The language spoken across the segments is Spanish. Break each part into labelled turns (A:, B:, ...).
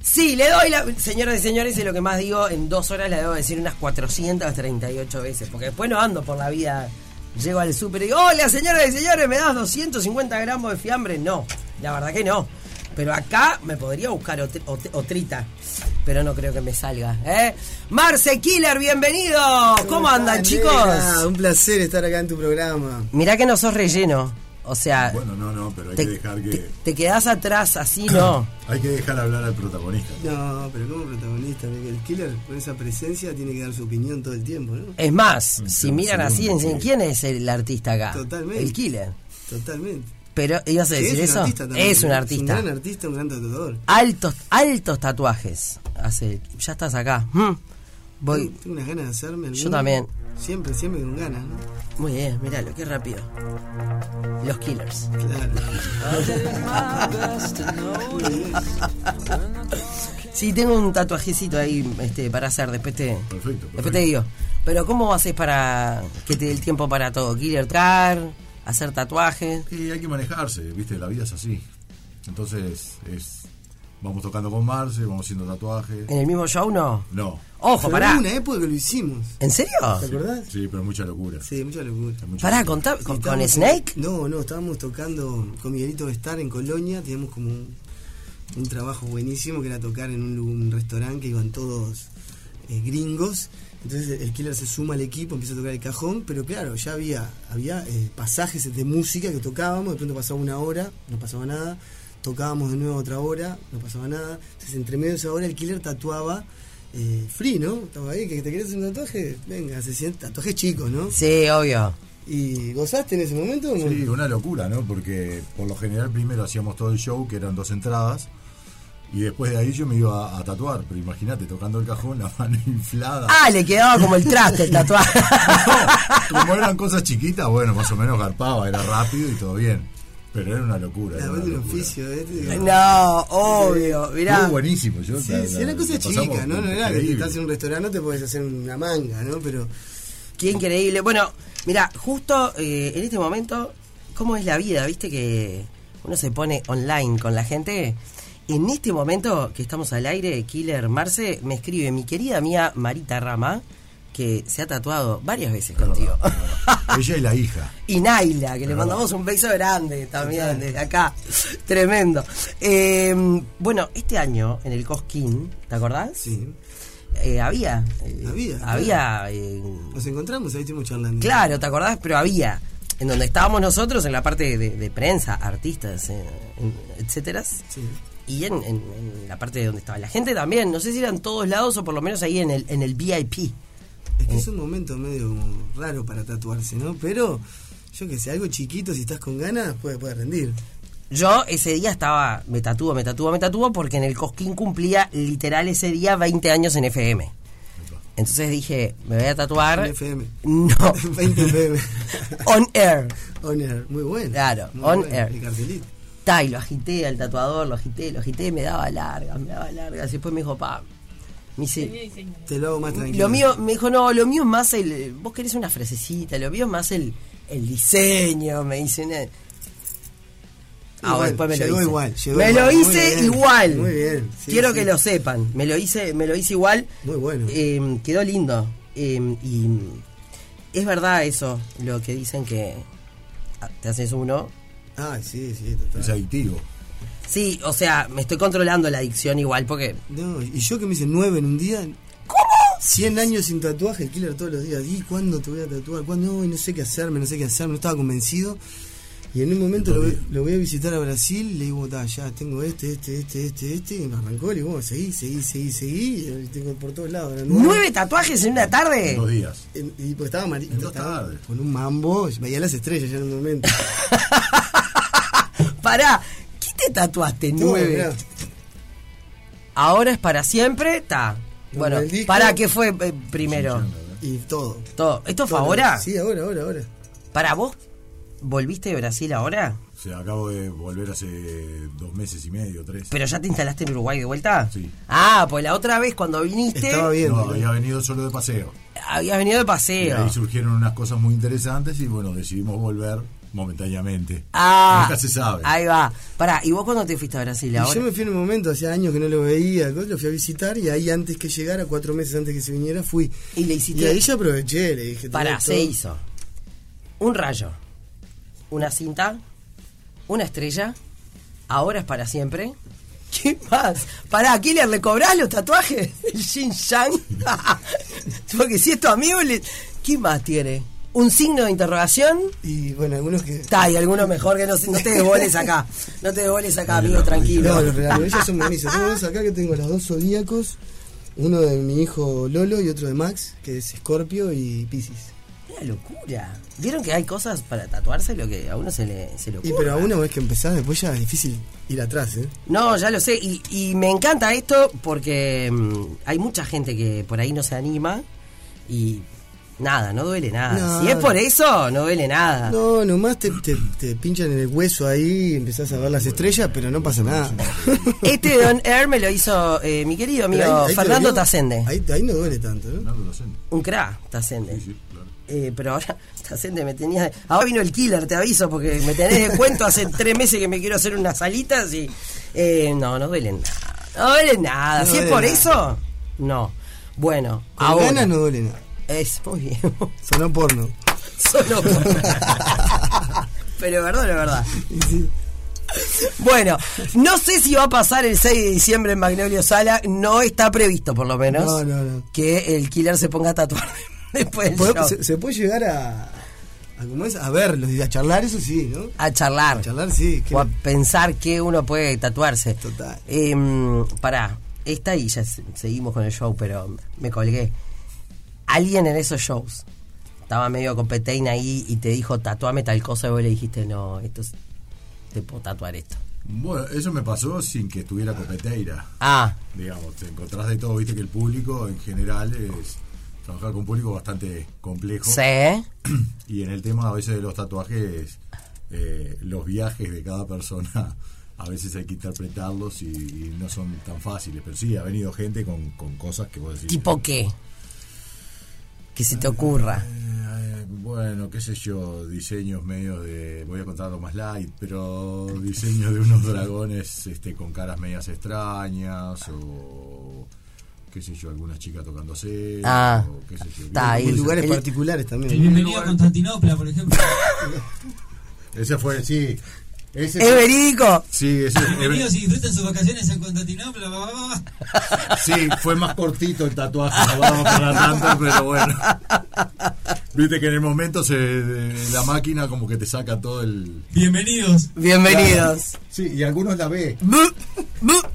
A: Sí, le doy la. Señoras y señores, es lo que más digo. En dos horas la debo decir unas 438 veces. Porque después no ando por la vida. Llego al súper y digo: Hola, señoras y señores, ¿me das 250 gramos de fiambre? No, la verdad que no. Pero acá me podría buscar ot- ot- otrita. Pero no creo que me salga. ¿eh? Marce Killer, bienvenido. ¿Cómo andan,
B: Nena,
A: chicos?
B: Un placer estar acá en tu programa.
A: Mirá que no sos relleno. O sea,
C: Bueno, no, no, pero hay
A: te,
C: que dejar que.
A: te- te quedás atrás así, no.
C: Hay que dejar hablar al protagonista.
B: No, pero como protagonista, el killer con esa presencia tiene que dar su opinión todo el tiempo, ¿no?
A: Es más,
C: Mm,
A: si
C: pero
A: miran así,
C: según
A: dicen,
C: que-
A: ¿quién es el artista acá?
B: Totalmente.
A: El killer.
B: Totalmente.
A: Pero, ¿ibas a
B: Que
A: decir
B: es un
A: eso?
B: artista también.
A: es un
B: Es
A: artista.
B: un gran artista, un gran tatuador.
A: Altos, altos tatuajes. Hace, ya estás acá. Mm. Voy.
B: Tengo- Tengo unas ganas de hacerme alguno.
A: Yo también.
B: Siempre, siempre con ganas, ¿no?
A: Muy bien, miralo, qué rápido. Los killers.
B: Claro.
A: Sí, tengo un tatuajecito ahí este, para hacer, después te,
C: Perfecto,
A: después te digo. Pero ¿cómo haces para que te dé el tiempo para todo? Killer car, hacer tatuajes.
C: Y hay que manejarse, viste, la vida es así. Entonces, es. Vamos tocando con Marce, vamos haciendo tatuajes.
A: ¿En el mismo show no?
C: No.
A: Ojo,
B: Pero
A: pará.
B: hubo una época que lo hicimos.
A: ¿En serio?
B: ¿Te acordás?
C: Sí, pero mucha locura.
B: Sí, mucha locura.
C: Hay mucha
A: Pará,
C: locura.
A: contá, con,
B: Y
A: con
B: estábamos-
A: Snake.
B: No, no, estábamos tocando con Miguelito Bestar en Colonia, teníamos como un, un trabajo buenísimo que era tocar en un, lu- un restaurante que iban todos eh, gringos. Entonces el killer se suma al equipo, empieza a tocar el cajón, pero claro, ya había, había eh, pasajes de música que tocábamos, de pronto pasaba una hora, no pasaba nada, tocábamos de nuevo otra hora, no pasaba nada. Entonces entre medio de esa hora el killer tatuaba. eh, free, ¿no? Estaba ahí, que te querés hacer un tatuaje, venga, se sienta, tatuajes chicos, ¿no?
A: Sí, obvio.
B: ¿Y gozaste en ese momento?
C: Sí, una locura, ¿no? Porque por lo general primero hacíamos todo el show, que eran dos entradas. Y después de ahí yo me iba a, a tatuar. Pero imagínate, tocando el cajón, la mano inflada.
A: Ah, le quedaba como el traste el tatuaje.
C: Como eran cosas chiquitas, bueno, más o menos garpaba, era rápido y todo bien. Pero era una locura.
B: La
C: era
B: verdad
C: una
B: un
C: locura.
B: oficio, ¿eh? Te digo.
A: No, obvio. Mirá.
C: Estuvo buenísimo. Yo,
B: Sí,
C: la- la-
B: sí, era
C: la
B: cosa
C: pasamos
B: chica, ¿no? No era que
C: increíble.
B: estás en un restaurante, no te podés hacer una manga, ¿no? Pero
A: Qué increíble. Bueno, mira, justo eh, en este momento, ¿cómo es la vida? ¿Viste que uno se pone online con la gente? En este momento que estamos al aire, Killer Marce me escribe mi querida mía Marita Rama, que se ha tatuado varias veces
C: Es
A: contigo.
C: verdad, es verdad. Ella y la hija.
A: Y Naila,
B: Ah.
A: que le mandamos un beso grande también desde acá. Tremendo. Eh, bueno, este año en el Cosquín, ¿te acordás?
B: sí,
A: Eh, había. eh,
B: Había,
A: Había. eh,
B: nos encontramos, ahí estuvimos charlando.
A: Claro, ¿te acordás? Pero había. En donde estábamos nosotros, en la parte de, de prensa, artistas, eh, en- etcétera.
B: Sí.
A: Y en, en- en la parte de donde estaba la gente también. No sé si eran todos lados o por lo menos ahí en el, en el VIP.
B: Es que es un momento medio como raro para tatuarse, ¿no? Pero, yo qué sé, algo chiquito, si estás con ganas, puede, puede rendir.
A: Yo ese día estaba, me tatúo, me tatúo, me tatúo, porque en el Cosquín cumplía literal ese día 20 años en FM. Entonces dije, me voy a tatuar.
B: En FM.
A: No.
B: 20 pm.
A: On air.
B: on air, muy bueno.
A: Claro,
B: Muy
A: on
B: bueno,
A: air.
B: El cartelito.
A: Ta, y lo agité al tatuador, lo agité, lo agité, me daba largas, me daba largas. Y después me dijo, pa, me dice,
B: Te lo hago más tranquilo.
A: lo mío, me dijo, no, lo mío es más el, eh, vos querés una frasecita, lo mío es más el, el diseño, me dice. "ne". Ah,
B: Igual,
A: después me lo
B: llegó
A: hice.
B: igual, llegó
A: me
B: igual,
A: lo
B: muy
A: hice
B: bien,
A: igual.
B: muy bien, sí,
A: Quiero
B: sí.
A: que lo sepan. Me lo hice, me lo hice igual.
B: Muy bueno.
A: Eh, quedó lindo. Eh, y es verdad eso, lo que dicen que ah, te haces uno
B: Ah, sí, sí, total.
C: Es adictivo.
A: Sí, o sea, me estoy controlando la adicción igual porque...
B: No, y yo que me hice nueve en un día. ¿Cómo? 100 años sin tatuaje, killer todos los días. ¿Y cuándo te voy a tatuar? ¿Cuándo? No, y no sé qué hacerme, no sé qué hacerme, no estaba convencido. Y en un momento lo, voy- lo voy a visitar a Brasil, le digo, "Ta, ya tengo este, este, este, este, este, y me arrancó, le digo, "Bueno, seguí, seguí, seguí, seguí, y tengo por todos lados. eran
A: ¿Nueve tatuajes en una tarde?
C: en Dos días.
B: En- y pues estaba amarito,
C: En dos
B: estaba
C: tardes.
B: con un mambo, veía las estrellas ya en un momento.
A: Pará, ¿qué te tatuaste?
B: Todo,
A: Nueve.
B: mirá.
A: Ahora es para siempre, ta.
B: Donde
A: Bueno,
B: el disco-
A: pará, ¿qué fue eh, primero?
B: Y todo.
A: Todo. ¿Esto fue
B: Todo.
A: ahora?
B: Sí, ahora, ahora, ahora.
A: ¿Para vos volviste de Brasil ahora?
C: O sea, acabo de volver hace dos meses y medio, tres.
A: ¿Pero ya te instalaste en Uruguay de vuelta?
C: Sí.
A: Ah, pues la otra vez cuando viniste
B: Estaba bien.
C: no, había venido solo de paseo.
A: habías venido de
C: Y
A: paseo.
C: ahí surgieron unas cosas muy interesantes y bueno, decidimos volver momentáneamente.
A: Ah,
C: Nunca se sabe.
A: Ahí va. Pará, ¿y vos cuándo te fuiste a Brasil
B: Y
A: ahora?
B: yo me fui en un momento, hacía años que no lo veía, ¿no? lo fui a visitar y ahí antes que llegara, cuatro meses antes que se viniera, fui.
A: Y le
B: Y
A: hiciste.
B: ahí ya aproveché, le dije...
A: Pará,
B: todo,
A: se
B: todo.
A: hizo. Un rayo. Una cinta. Una estrella. Ahora es para siempre. ¿Qué más? Pará, Killer, ¿le cobrás los tatuajes? El Shin Yang. Porque si es tu amigo, le... ¿qué más tiene? ¿Un signo de interrogación?
B: Y bueno, algunos que...
A: Está, y alguno mejor que no, se- no te desboles acá. No te desboles acá, amigo, tranquilo.
B: No, los regaladillas son buenísimos. Tengo dos acá que tengo los dos zodíacos, uno de mi hijo Lolo y otro de Max, que es Escorpio y Piscis.
A: Una locura. ¿Vieron que hay cosas para tatuarse lo que a uno se le, se le
B: Y
A: ocurre?
B: pero a una vez que empezás, después ya es difícil ir atrás, ¿eh?
A: No, ya lo sé. Y, y me encanta esto porque mm, hay mucha gente que por ahí no se anima y nada, no duele nada.
B: No.
A: Si es por eso, no duele nada.
B: No, nomás te, te- te pinchan en el hueso ahí, empezás a ver las estrellas, pero no pasa nada. Eh,
A: Este Don Air me lo hizo eh, mi querido amigo
B: Pero ahí- ahí te
A: Fernando
B: dolió.
A: Tacende.
B: Ahí, ahí no duele tanto, ¿no?
C: Fernando Docente.
A: Un cra, Tacende.
C: Sí, sí, claro.
A: Eh, pero ahora, Tacende me tenía. Ahora vino el killer, te aviso, porque me tenés de cuento hace tres meses que me quiero hacer unas alitas y. eh, no, no duele nada. No duele nada.
B: No
A: si es
B: duele
A: por
B: nada.
A: eso, no. Bueno,
B: Con
A: ahora.
B: ganas no duele nada.
A: Es muy bien.
B: Sonó porno.
A: Solo por- Pero es verdad, es verdad. Bueno, no sé si va a pasar el 6 de diciembre en Magnolio Sala. No está previsto, por lo menos,
B: No, no, no.
A: que el killer se ponga a tatuar después del
B: Podemos-
A: show.
B: se, se puede llegar a, a, ¿cómo es? a verlos y a charlar, eso sí, ¿no?
A: A charlar.
B: A charlar, sí. que-
A: o a pensar que uno puede tatuarse.
B: Total.
A: Em, pará, esta y ya se- seguimos con el show, pero me colgué. Alguien en esos shows estaba medio con Petain ahí y te dijo tatuame tal cosa y vos le dijiste no, esto es, te puedo tatuar esto.
C: Bueno, eso me pasó sin que estuviera copeteira.
A: Ah,
C: digamos, te encontrás de todo, viste que el público en general es trabajar con público bastante complejo.
A: sé. ¿eh?
C: Y en el tema a veces de los tatuajes, eh, los viajes de cada persona, a veces hay que interpretarlos y, y no son tan fáciles. Pero sí, ha venido gente con, con cosas que vos decís.
A: ¿Tipo qué? Que se te ocurra.
C: Eh, Bueno, qué sé yo, diseños medios de. Voy a contarlo más light, pero diseños de unos dragones este, con caras medias extrañas o. qué sé yo, alguna chica tocándose.
A: Ah,
C: o qué sé yo.
A: está ahí.
B: en lugares
A: el-
B: particulares también.
D: Bienvenido a Constantinopla, por ejemplo.
C: Ese fue, sí. Ese
A: ¿Es
C: fue-
A: verídico?
C: Sí, ese,
D: Bienvenidos y disfruten sus vacaciones en Constantinopla. va, va, va.
C: sí, fue más cortito el tatuaje, no vamos para tanto, pero bueno. Viste que en el momento se, de- la máquina como que te saca todo el.
D: Bienvenidos.
A: Bienvenidos.
C: Sí, y algunos la ve.
A: Bu- bu-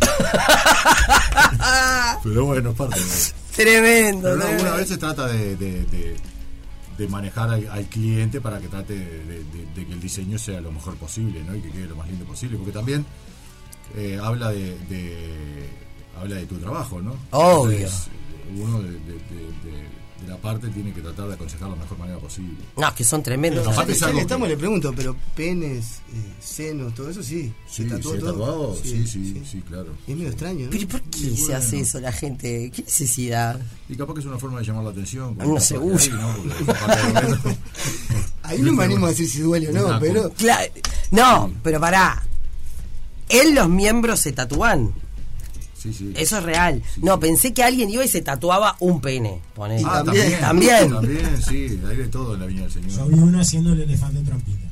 C: Pero bueno, es parte de-
A: Tremendo.
C: Pero no,
A: tremendo.
C: alguna vez se trata de, de- de- de manejar al, al cliente para que trate de, de- de- de que el diseño sea lo mejor posible, ¿no? Y que quede lo más lindo posible, porque también eh, habla de, de- habla de tu trabajo, ¿no?
A: Obvio.
C: Entonces, uno de, de- de- de- de la parte tiene que tratar de aconsejar la mejor manera posible.
A: No, es que son tremendos.
C: Pero
B: Ya
C: aparte
B: que-
C: es
B: ya que
C: algo
B: estamos,
C: que-
B: le pregunto, pero penes, eh, senos, todo eso sí.
C: Sí,
B: ¿Se tatuó
C: sí,
B: todo?
C: tatuado, sí, sí, sí, claro.
B: Es medio extraño, ¿no?
A: ¿Pero por qué se hace eso la gente? ¿Qué necesidad?
C: Y capaz que es una forma de llamar la
A: No,
C: atención. capaz que
A: seguro.
C: ahí, ¿no? Porque capaz que- bueno,
B: Ahí no me animo a decir si duele o no,
C: Una
B: pero...
A: Cla- no, pero pará. Él los miembros se tatúan.
C: sí, sí.
A: Eso es real.
C: Sí,
A: No,
C: sí.
A: pensé que alguien iba y se tatuaba un pene. Ponele.
C: Ah,
B: también,
A: también.
C: También, sí, hay de todo en la Viña del Señor.
E: Yo vi uno haciendo el elefante en trompita.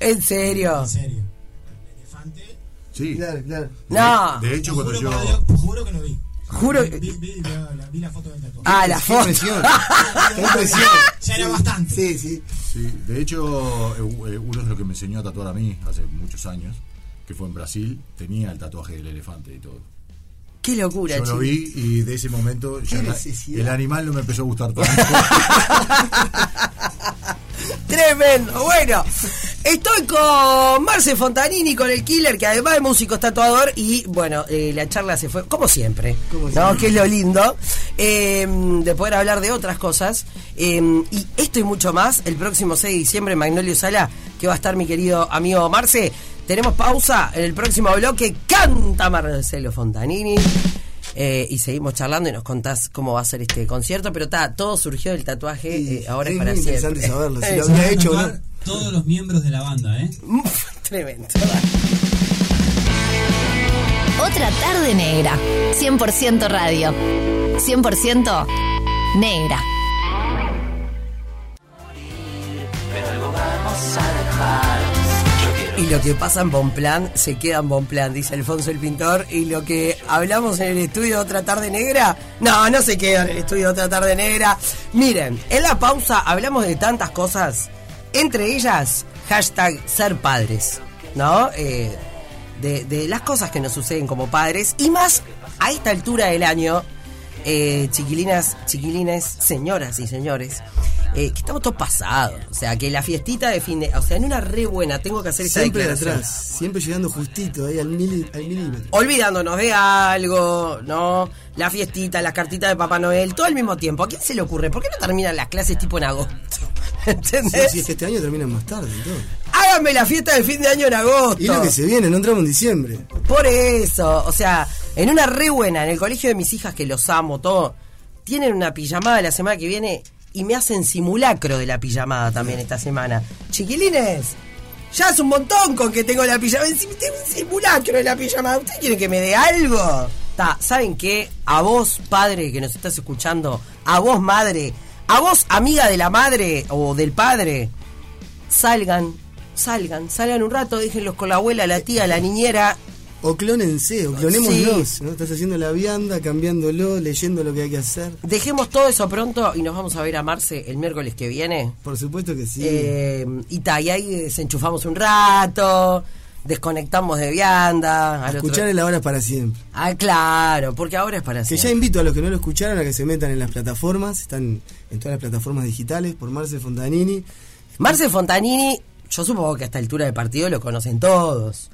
A: En serio.
E: En serio. El elefante.
C: Sí.
B: Claro, claro.
C: De-
A: No.
C: De, hecho,
E: Te
C: cuando
E: juro
C: yo.
E: por Dios, te juro que lo vi.
A: Juro
E: Vi,
A: que-
E: vi- vi la, la- vi la foto del tatuaje.
A: Ah, la
B: Qué
A: foto.
B: impresión. Qué impresión.
E: Ya era bastante.
B: Sí, sí.
C: Sí, de hecho, eh, u- eh, uno es lo que me enseñó a tatuar a mí hace muchos años, que fue en Brasil, tenía el tatuaje del elefante y todo.
A: Qué locura,
C: Yo lo
A: chico.
C: vi y de ese momento ya la-
B: necesidad.
C: el animal no me empezó a gustar tanto.
A: Tremendo. Bueno, estoy con Marce Fontanini, con el Killer, que además es músico tatuador. Y bueno, eh, la charla se fue, como siempre.
B: Como
A: ¿no?
B: siempre.
A: Que es lo lindo eh, de poder hablar de otras cosas. Eh, y esto y mucho más el próximo 6 de diciembre en Magnolio Sala, que va a estar mi querido amigo Marce. Tenemos pausa en el próximo bloque. Canta Marcelo Fontanini. Eh, y seguimos charlando y nos contás cómo va a ser este concierto. Pero ta, todo surgió del tatuaje.
B: Sí,
A: eh, ahora
B: es
A: es para
B: muy
A: siempre.
B: interesante saberlo, si lo
A: Eso.
B: había hecho,
E: Tatuar-
B: ¿no?
D: todos los miembros de la banda, ¿eh?
A: Tremendo.
F: Otra tarde negra. 100% radio. 100% negra.
A: Y lo que pasa en Bonplan se queda en Bonplan, dice Alfonso el pintor. Y lo que hablamos en el estudio Otra Tarde Negra, no, no se queda en el estudio Otra Tarde Negra. Miren, en la pausa hablamos de tantas cosas, entre ellas, hashtag ser padres, ¿no? Eh, de, de las cosas que nos suceden como padres y más a esta altura del año, eh, chiquilinas, chiquilines, señoras y señores. eh, que estamos todos pasados, o sea, que la fiestita de fin de, o sea, en una re buena, tengo que hacer esa
B: Siempre de
A: declaración
B: atrás, siempre llegando justito ahí al, mili- al milímetro.
A: olvidándonos de algo, ¿no? La fiestita, las cartitas de Papá Noel, todo al mismo tiempo. ¿A quién se le ocurre? ¿Por qué no terminan las clases tipo en agosto?
B: Sí,
A: ¿Entendés?
B: sí, es que este año terminan más tarde y todo.
A: Háganme la fiesta del fin de año en agosto.
B: Y lo que se viene, no entramos en diciembre.
A: Por eso, o sea, en una re buena, en el colegio de mis hijas, que los amo, todo, tienen una pijamada la semana que viene y me hacen simulacro de la pijamada también esta semana. Chiquilines, ya es un montón con que tengo la pijamada. Encima tengo un simulacro de la pijamada. ¿Ustedes quieren que me dé algo? Ta, ¿saben qué? A vos, padre, que nos estás escuchando, a vos, madre, a vos, amiga de la madre o del padre, salgan, salgan, salgan un rato, déjenlos con la abuela, la tía, la niñera,
B: O clónense, o clonémonos, ¿no? Estás haciendo la vianda, cambiándolo, leyendo lo que hay que hacer.
A: Dejemos todo eso pronto y nos vamos a ver a Marce el miércoles que viene.
B: Por supuesto que sí.
A: Eh, y ta, y ahí desenchufamos un rato, desconectamos de vianda. al otro-
B: Escuchar el ahora es para siempre.
A: Ah, claro, porque ahora es para
B: Que ya
A: siempre.
B: invito a los que no lo escucharon a que se metan en las plataformas, están en todas las plataformas digitales por Marce Fontanini.
A: Marce Fontanini, yo supongo que a esta altura de partido lo conocen todos.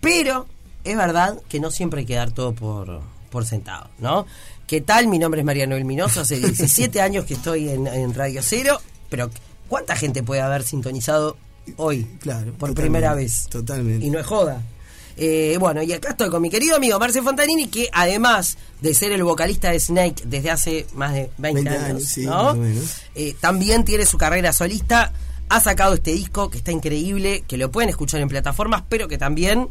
A: Pero es verdad que no siempre hay que dar todo por, por sentado, ¿no? ¿Qué tal? Mi nombre es Mariano El Minoso, hace 17 años que estoy en, en Radio Cero, pero ¿cuánta gente puede haber sintonizado hoy?
B: Claro,
A: Por
B: totalmente,
A: primera vez.
B: totalmente.
A: Y no es joda. Eh, bueno, y acá estoy con mi querido amigo Marce Fontanini, que además de ser el vocalista de Snake desde hace más de 20,
B: 20
A: años,
B: años, sí,
A: ¿no?
B: más o menos.
A: Eh, también tiene su carrera solista. Ha sacado este disco que está increíble, que lo pueden escuchar en plataformas, pero que también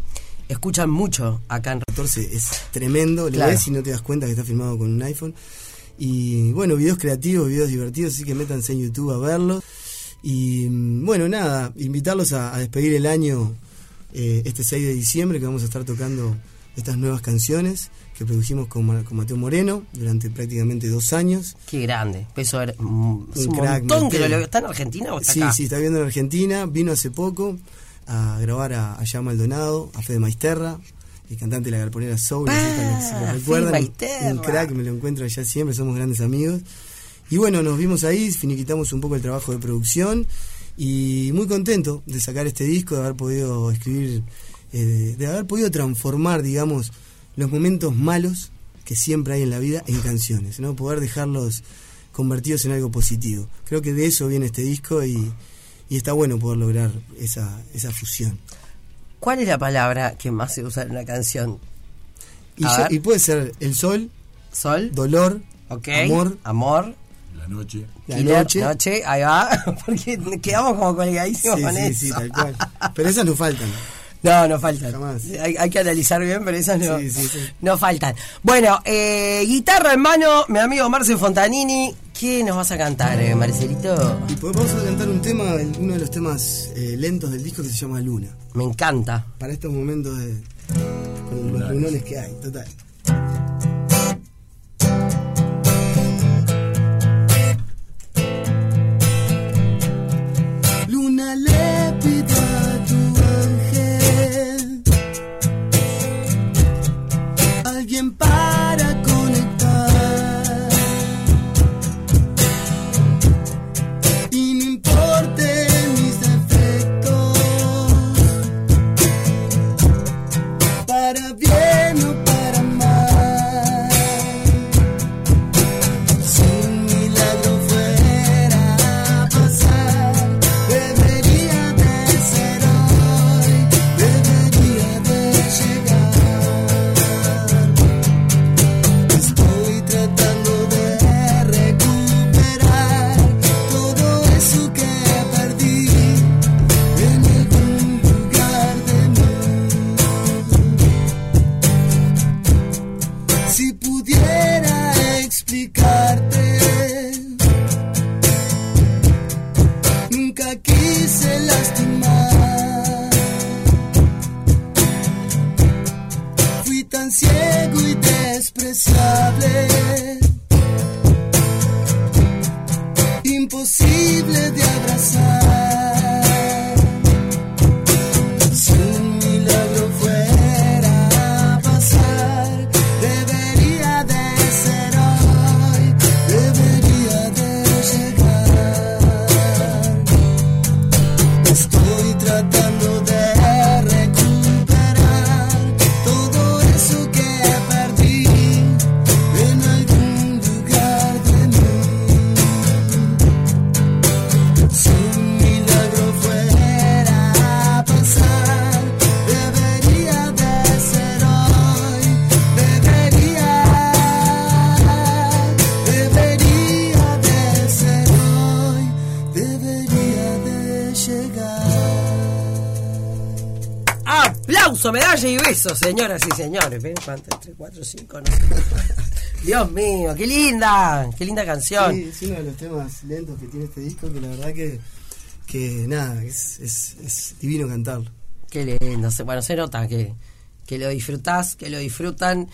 A: escuchan mucho acá en Radio.
B: Entonces es tremendo, lo
A: Claro.
B: ves y no te das cuenta que está filmado con un iPhone. Y bueno, videos creativos, videos divertidos, así que métanse en YouTube a verlos. Y mm, bueno, nada, invitarlos a, a despedir el año eh, este 6 de diciembre, que vamos a estar tocando estas nuevas canciones que produjimos con, Ma- con Mateo Moreno durante prácticamente dos años.
A: Qué grande. Eso era, mm, es
B: Un
A: un
B: crack,
A: montón que
B: Mateo.
A: lo leo. ¿Está en Argentina o está
B: Sí,
A: acá?
B: sí, está viendo en Argentina, vino hace poco a grabar a, a Ya Maldonado, a Fede Maisterra, el cantante de la galponera Soul,
A: Pa,
B: así que si lo
A: Fede
B: recuerdan,
A: Maisterra.
B: un crack, me lo encuentro allá siempre, somos grandes amigos. Y bueno, nos vimos ahí, finiquitamos un poco el trabajo de producción y muy contento de sacar este disco, de haber podido escribir, eh, de, de haber podido transformar, digamos, los momentos malos que siempre hay en la vida en canciones, ¿no? Poder dejarlos convertidos en algo positivo. Creo que de eso viene este disco y, y está bueno poder lograr esa, esa fusión.
A: ¿Cuál es la palabra que más se usa en una canción?
B: Y,
A: A
B: yo-
A: ver.
B: y puede ser el sol,
A: ¿Sol?
B: dolor,
A: Ok.
B: amor,
A: Amor.
C: La noche.
B: la
A: Killer,
B: noche.
A: ahí va, porque quedamos como colgadísimos
B: Sí,
A: con
B: sí,
A: eso.
B: sí, tal cual. Pero esas no faltan.
A: No, no faltan.
B: Jamás.
A: Hay, hay que analizar bien, pero esas no,
B: Sí, sí, sí.
A: no faltan. Bueno, eh, guitarra en mano, mi amigo Marce Fontanini. ¿Qué nos vas a cantar, eh, Marcelito?
B: Y podemos vamos a cantar un tema, el- uno de los temas eh, lentos del disco que se llama Luna.
A: Me encanta.
B: Para estos momentos de con los
C: Lunares.
B: lunones que hay, total. Luna le pide a tu ángel alguien para conectar y no importe mis defectos para bien o para mal. Si un milagro fuera a pasar, debería de ser hoy, debería de llegar.
G: inexpresable, imposible de abrazar. Si un milagro fuera a pasar, debería de ser hoy, debería de llegar. Estoy tratando de recuperar todo eso que perdí en algún lugar de mí. Si un milagro fuera a pasar, debería de ser hoy, debería, debería de ser hoy, debería de llegar.
A: Aplauso, medalla y besos, señoras y señores. Ven, ¿cuántas? Tres, cuatro, cinco, no sé. Dios mío, qué linda, qué linda canción.
B: Sí, es uno de los temas lentos que tiene este disco que la verdad que, que nada, es, es, es divino cantarlo.
A: Qué lindo. se- Bueno, se nota que, que lo disfrutás, que lo disfrutan.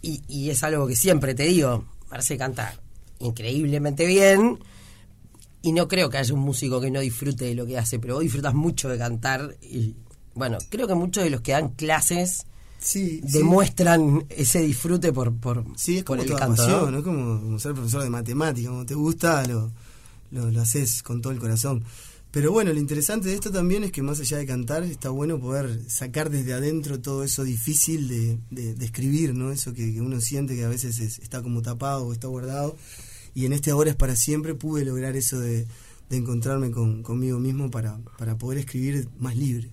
A: Y, y es algo que siempre te digo. Marce canta increíblemente bien. Y no creo que haya un músico que no disfrute de lo que hace, pero vos disfrutas mucho de cantar. Y bueno, creo que muchos de los que dan clases
B: Sí,
A: demuestran ese disfrute por, por,
B: Sí, es
A: por
B: como
A: el
B: tu
A: canto. ¿no?
B: pasión, ¿no? Es como, como ser profesor de matemática, como te gusta, lo, lo, lo haces con todo el corazón. Pero bueno, lo interesante de esto también es que más allá de cantar, está bueno poder sacar desde adentro todo eso difícil de, de- de escribir, ¿no? Eso que, que uno siente que a veces es- está como tapado o está guardado. Y en este ahora es para siempre pude lograr eso de, de encontrarme con- conmigo mismo para, para poder escribir más libre.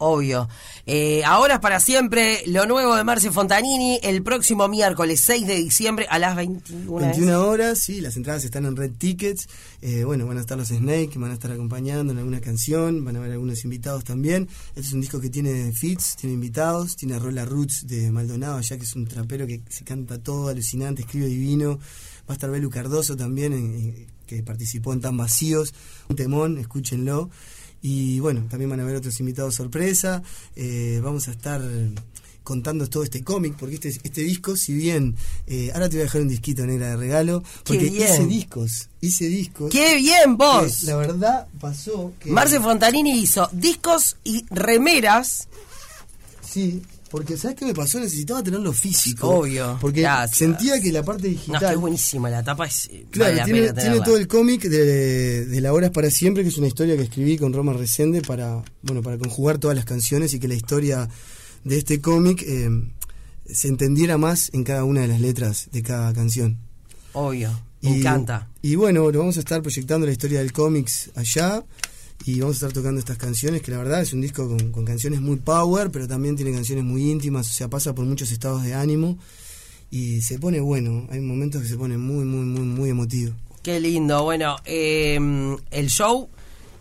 A: Obvio. Eh, ahora es para siempre lo nuevo de Marce Fontanini el próximo miércoles 6 de diciembre a las 21. ¿es?
B: 21 horas, sí, las entradas están en Red Tickets. Eh, bueno, van a estar los Snake, que van a estar acompañando en alguna canción, van a haber algunos invitados también. Este es un disco que tiene fits, tiene invitados, tiene a Rola Roots de Maldonado, ya que es un trapero que se canta todo, alucinante, escribe divino. Va a estar Belu Cardoso también, en- en- que participó en Tan Vacíos, un temón, escúchenlo. Y bueno, también van a haber otros invitados sorpresa. Eh, vamos a estar contando todo este cómic, porque este, este disco, si bien, eh, ahora te voy a dejar un disquito negra de regalo, porque
A: bien.
B: hice discos, hice discos.
A: ¡Qué bien vos!
B: que La verdad pasó que...
A: Marce Fontanini hizo discos y remeras.
B: Sí, porque ¿sabes qué me pasó? Necesitaba tenerlo físico.
A: Obvio,
B: Porque
A: gracias.
B: sentía que la
A: No,
B: parte
A: es que
B: digital...
A: es buenísima la tapa, es eh,
B: Claro,
A: vale la
B: tiene,
A: pena
B: tiene
A: tenerla.
B: todo el cómic de, de La Hora es para siempre, que es una historia que escribí con Roma Resende para, bueno, para conjugar todas las canciones y que la historia de este cómic eh, se entendiera más en cada una de las letras de cada canción.
A: Obvio, me encanta.
B: Y bueno, bueno, vamos a estar proyectando la historia del cómics allá y vamos a estar tocando estas canciones, que la verdad es un disco con, con canciones muy power, pero también tiene canciones muy íntimas, o sea, pasa por muchos estados de ánimo y se pone bueno, hay momentos que se pone muy, muy, muy, muy emotivo.
A: Qué lindo. Bueno, eh, el show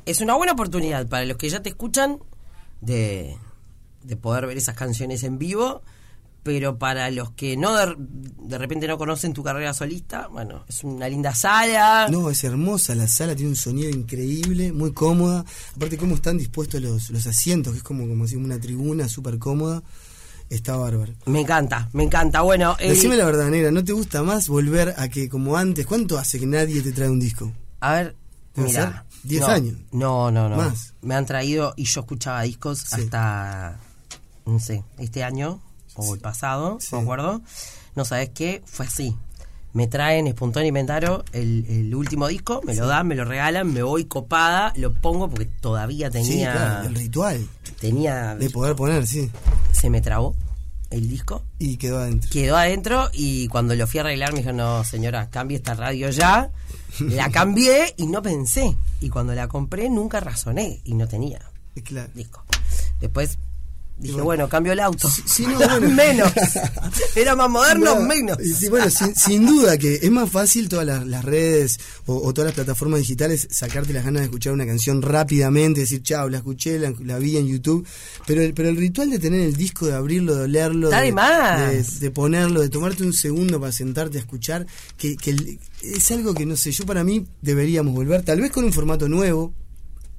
A: es una buena oportunidad para los que ya te escuchan de, de poder ver esas canciones en vivo, pero para los que no de, de repente no conocen tu carrera solista, bueno, es una linda sala.
B: No, es hermosa la sala, tiene un sonido increíble, muy cómoda. Aparte, cómo están dispuestos los, los asientos, que es como, como si una tribuna súper cómoda. Está bárbaro.
A: Me encanta, me encanta. Bueno, eh,
B: Decime la verdad, negra, ¿no te gusta más volver a que como antes? ¿Cuánto hace que nadie te trae un disco?
A: A ver,
B: ¿Puede
A: mira.
B: ser? ¿Diez
A: no,
B: años?
A: No, no, no.
B: Más.
A: Me han traído y yo escuchaba discos
B: Sí.
A: hasta, no sé, este año o el pasado,
B: Sí.
A: no me acuerdo. No sabes qué, fue así. Me traen Espontón Inventario el, el último disco, me lo dan, me lo regalan, me voy copada, lo pongo porque todavía
B: Sí,
A: tenía.
B: claro, el ritual
A: tenía.
B: de poder poner, sí.
A: Se me trabó el disco
B: Y quedó adentro.
A: quedó adentro y cuando lo fui a arreglar me dijo, no señora, cambie esta radio ya. La cambié y no pensé. Y cuando la compré nunca razoné y no tenía
B: Es claro.
A: disco. Después dije,
B: bueno.
A: bueno, cambio el auto.
B: sí, no, bueno.
A: menos. Era más moderno,
B: Bueno,
A: menos.
B: y sí, bueno, sin, sin duda que es más fácil todas las, las redes o, o todas las plataformas digitales sacarte las ganas de escuchar una canción rápidamente, decir, chao, la escuché, la, la vi en YouTube. Pero el, pero el ritual de tener el disco, de abrirlo, de olerlo,
A: Está de más.
B: de- de ponerlo, de tomarte un segundo para sentarte a escuchar, que, que el- es algo que no sé, yo para mí deberíamos volver, tal vez con un formato nuevo.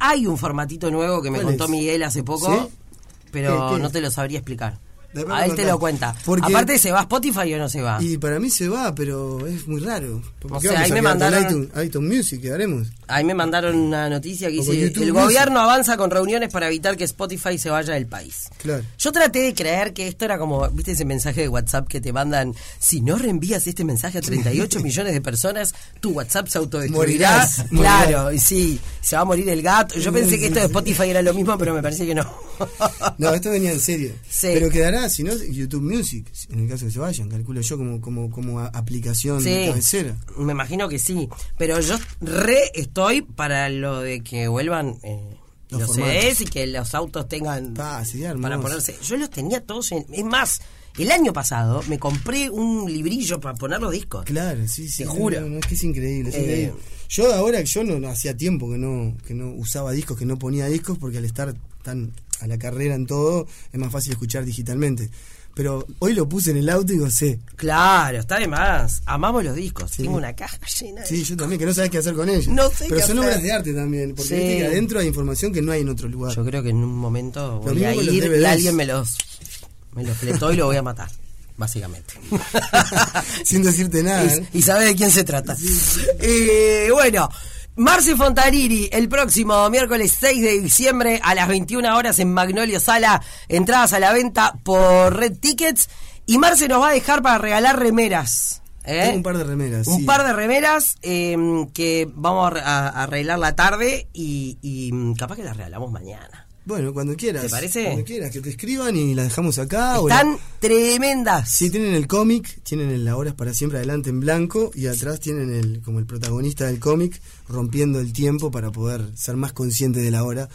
A: Hay un formatito nuevo que me
B: ¿Cuál
A: contó
B: es?
A: Miguel hace poco,
B: ¿Sí?
A: pero
B: ¿Qué, qué?
A: no te lo sabría explicar.
B: Después
A: A
B: me
A: él te
B: contás.
A: lo cuenta.
B: Porque-
A: Aparte, ¿se va a Spotify o no se va?
B: Y para mí se va, pero es muy raro.
A: Ah. O
B: Porque
A: sea, ahí me mandaron-
B: iTunes, iTunes Music, ¿qué haremos?
A: Ahí me mandaron una noticia que
B: O con
A: dice,
B: YouTube
A: el
B: Music".
A: gobierno avanza con reuniones para evitar que Spotify se vaya del país.
B: Claro.
A: Yo traté de creer que esto era como, viste ese mensaje de WhatsApp que te mandan, si no reenvías este mensaje a 38 millones de personas, tu WhatsApp se autodestruirá.
B: Morirás, morirás.
A: Claro, y sí, se va a morir el gato. Yo pensé que esto de Spotify era lo mismo, pero me parece que no.
B: No, esto venía en serio.
A: Sí.
B: Pero quedará, si no, YouTube Music, en el caso de que se vayan, calculo yo como, como, como a- aplicación
A: Sí,
B: cabecera.
A: me imagino que sí, pero yo re estoy para lo de que vuelvan eh, los,
B: Los formatos.
A: CDs y que los autos tengan
B: Ah, sería hermoso.
A: para ponerse. Yo los tenía todos en. Es más, el año pasado me compré un librillo para poner los discos.
B: Claro, sí,
A: Te
B: sí. no,
A: juro.
B: no, no, es que es increíble, es
A: Eh,
B: increíble. Yo ahora, yo no, no hacía tiempo que no, que no usaba discos, que no ponía discos, porque al estar tan a la carrera en todo, es más fácil escuchar digitalmente. Pero hoy lo puse en el auto y digo, sé.
A: Claro, está de más. Amamos los discos.
B: Sí.
A: Tengo una caja llena de
B: Sí, yo también, que no sabes qué hacer con ellos.
A: No sé
B: Pero
A: qué
B: son
A: hacer.
B: obras de arte también, porque
A: Sí.
B: viste que adentro hay información que no hay en otro lugar.
A: Yo creo que en un momento voy
B: mismo
A: a
B: con los
A: ir y
B: DVDs.
A: alguien me los me los fletó y lo voy a matar, básicamente.
B: Sin decirte nada. ¿eh?
A: y, y sabe de quién se trata. Eh, bueno, Marce Fontaniri, el próximo miércoles 6 de diciembre a las 21 horas en Magnolio Sala, entradas a la venta por Red Tickets. Y Marce nos va a dejar para regalar remeras. ¿eh?
B: Tengo un par de remeras,
A: Un
B: sí.
A: par de remeras eh, que vamos a, re- a- a arreglar la tarde y, y, mm, capaz que las regalamos mañana.
B: Bueno, cuando quieras.
A: ¿Te parece?
B: Cuando quieras, que te escriban y la dejamos acá. o la-
A: Están tremendas.
B: Sí, tienen el cómic, tienen el La Hora es para siempre adelante en blanco y atrás tienen el como el protagonista del cómic rompiendo el tiempo para poder ser más consciente de la hora.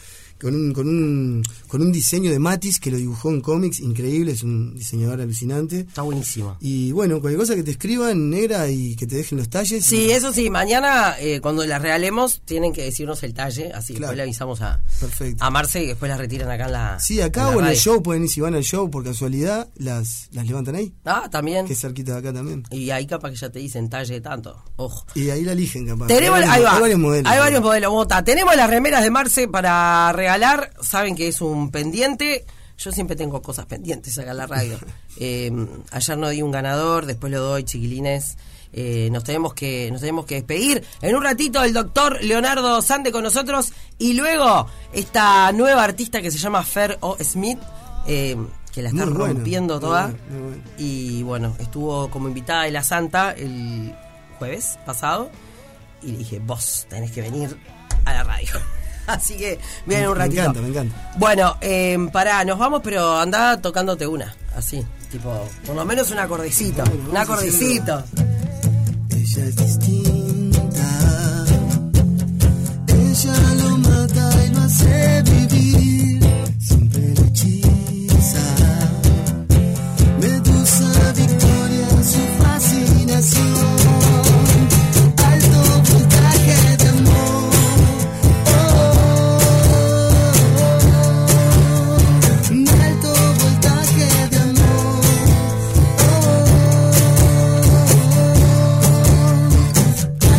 B: Con un, con un, con un diseño de Matis que lo dibujó en cómics, increíble, es un diseñador alucinante.
A: Está buenísimo.
B: Y bueno, cualquier cosa que te escriban, negra, y que te dejen los talles.
A: Sí, eso sí, mañana eh, cuando las regalemos tienen que decirnos el talle, así que
B: Claro.
A: después le avisamos a,
B: Perfecto.
A: a Marce y después las retiran acá en la.
B: Sí, acá
A: la
B: o en el
A: radio.
B: show, pueden ir si van al show por casualidad, las, las levantan ahí,
A: Ah, también.
B: que es cerquita de acá también.
A: Y ahí capaz que ya te dicen talle de tanto. Ojo.
B: Y ahí la eligen, capaz.
A: Tenemos,
B: Hay
A: ahí
B: varios-
A: va.
B: Hay varios modelos.
A: Hay varios modelos, Mota. Tenemos las remeras de Marce para regalar. Saben que es un pendiente. Yo siempre tengo cosas pendientes acá en la radio. Eh, ayer no di un ganador, después lo doy, chiquilines. Eh, nos tenemos que nos tenemos que despedir. En un ratito el doctor Leonardo Sande con nosotros y luego esta nueva artista que se llama Fer O. Smith, eh, que la está
B: Muy bueno,
A: rompiendo
B: muy
A: toda.
B: bueno, muy bueno.
A: Y bueno, estuvo como invitada de la Santa el jueves pasado. Y le dije, vos tenés que venir a la radio. Así que viene un
B: Me
A: ratito.
B: encanta, me encanta.
A: Bueno, eh, pará, nos vamos, pero andá tocándote una. Así, tipo, por lo menos un acordecito. un acordecito.
B: Ella es distinta. Ella lo mata y lo hace vivir. Siempre lo hechiza. Medusa, victoria, su fascinación. Alto voltaje de amor. Oh, oh, oh, oh. Alto voltaje de amor.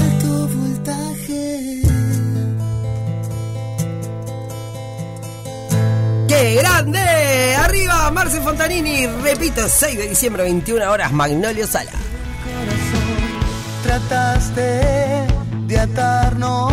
B: alto voltaje.
A: ¡Qué grande! Arriba, Marce Fontanini. Repito, 6 de diciembre, 21 horas, Magnolio Sala.
G: Trataste de atarnos.